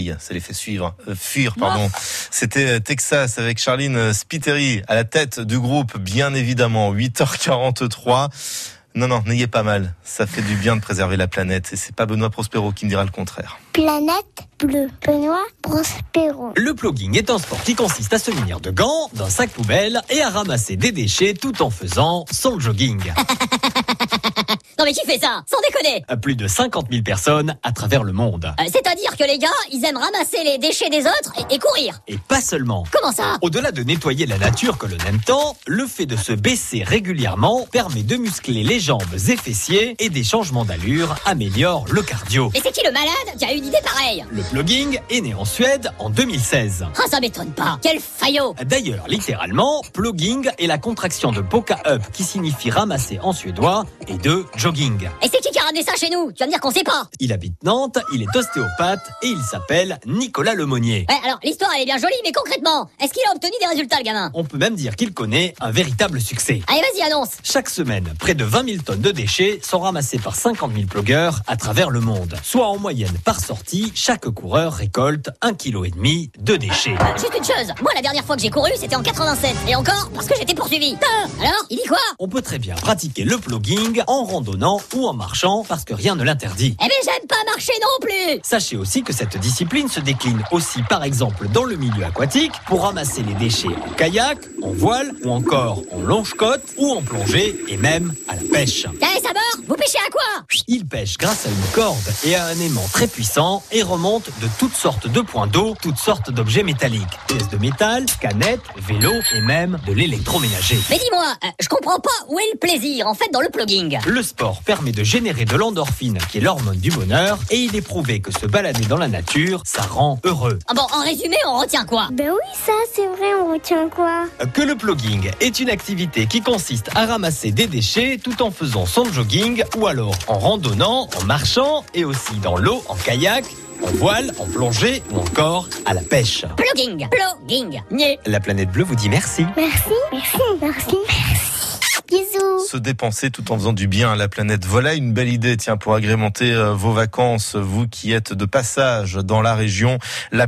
pareil, ça les fait suivre, euh, fuir, pardon. C'était euh, Texas avec Charline euh, Spiteri à la tête du groupe, bien évidemment, 8h43. Non, non, n'ayez pas mal. Ça fait du bien de préserver la planète. Et c'est pas Benoît Prospero qui me dira le contraire. Planète bleue. Benoît Prospero. Le plugging est un sport qui consiste à se munir de gants, d'un sac poubelle et à ramasser des déchets tout en faisant son jogging. Non mais qui fait ça Sans déconner À plus de 50 000 personnes à travers le monde. Euh, C'est-à-dire que les gars, ils aiment ramasser les déchets des autres et, et courir. Et pas seulement. Comment ça Au-delà de nettoyer la nature que l'on aime tant, le fait de se baisser régulièrement permet de muscler les jambes et fessiers et des changements d'allure améliorent le cardio. Et c'est qui le malade qui a une idée pareille Le plugging est né en Suède en 2016. Ah ça m'étonne pas. Quel faillot D'ailleurs, littéralement, plugging est la contraction de Boca Up qui signifie ramasser en suédois et de jogging. Et c'est qui qui a ramené ça chez nous Tu vas me dire qu'on sait pas. Il habite Nantes, il est ostéopathe et il s'appelle Nicolas Lemonnier. Ouais, alors l'histoire elle est bien jolie, mais concrètement, est-ce qu'il a obtenu des résultats le gamin On peut même dire qu'il connaît un véritable succès. Allez vas-y annonce Chaque semaine, près de 20 000 tonnes de déchets sont ramassées par 50 000 pluggeurs à travers le monde. Soit en moyenne par sortie, chaque coureur récolte 1,5 kg de déchets. Euh, Juste une chose, moi la dernière fois que j'ai couru c'était en 87, et encore parce que j'étais poursuivi. Putain, Alors, il dit quoi On peut très bien pratiquer le plugging en randonnant ou en marchant parce que rien ne l'interdit. Eh mais j'aime pas marcher non plus Sachez aussi que cette discipline se décline aussi par exemple dans le milieu aquatique pour ramasser les déchets en kayak, en voile ou encore en longe-côte ou en plongée et même à la pêche. Eh ça mort Vous pêchez à quoi Il pêche grâce à une corde et à un aimant très puissant et remonte de toutes sortes de points d'eau, toutes sortes d'objets métalliques, pièces de métal, canettes, vélos et même de l'électroménager. Mais dis-moi, euh, je comprends pas où est le plaisir en fait dans le plugging. Le sport permet de générer de l'endorphine qui est l'hormone du bonheur et il est prouvé que se balader dans la nature, ça rend heureux. Ah bon, en résumé, on retient quoi Ben oui, ça, c'est vrai, on retient quoi Que le plugging est une activité qui consiste à ramasser des déchets tout en faisant son jogging ou alors en randonnant, en marchant et aussi dans l'eau, en kayak, en voile, en plongée ou encore à la pêche. Plugging, plugging, nier. La planète bleue vous dit merci. Merci, merci, merci, merci. Bisous. Se dépenser tout en faisant du bien à la planète. Voilà une belle idée, tiens, pour agrémenter euh, vos vacances, vous qui êtes de passage dans la région. La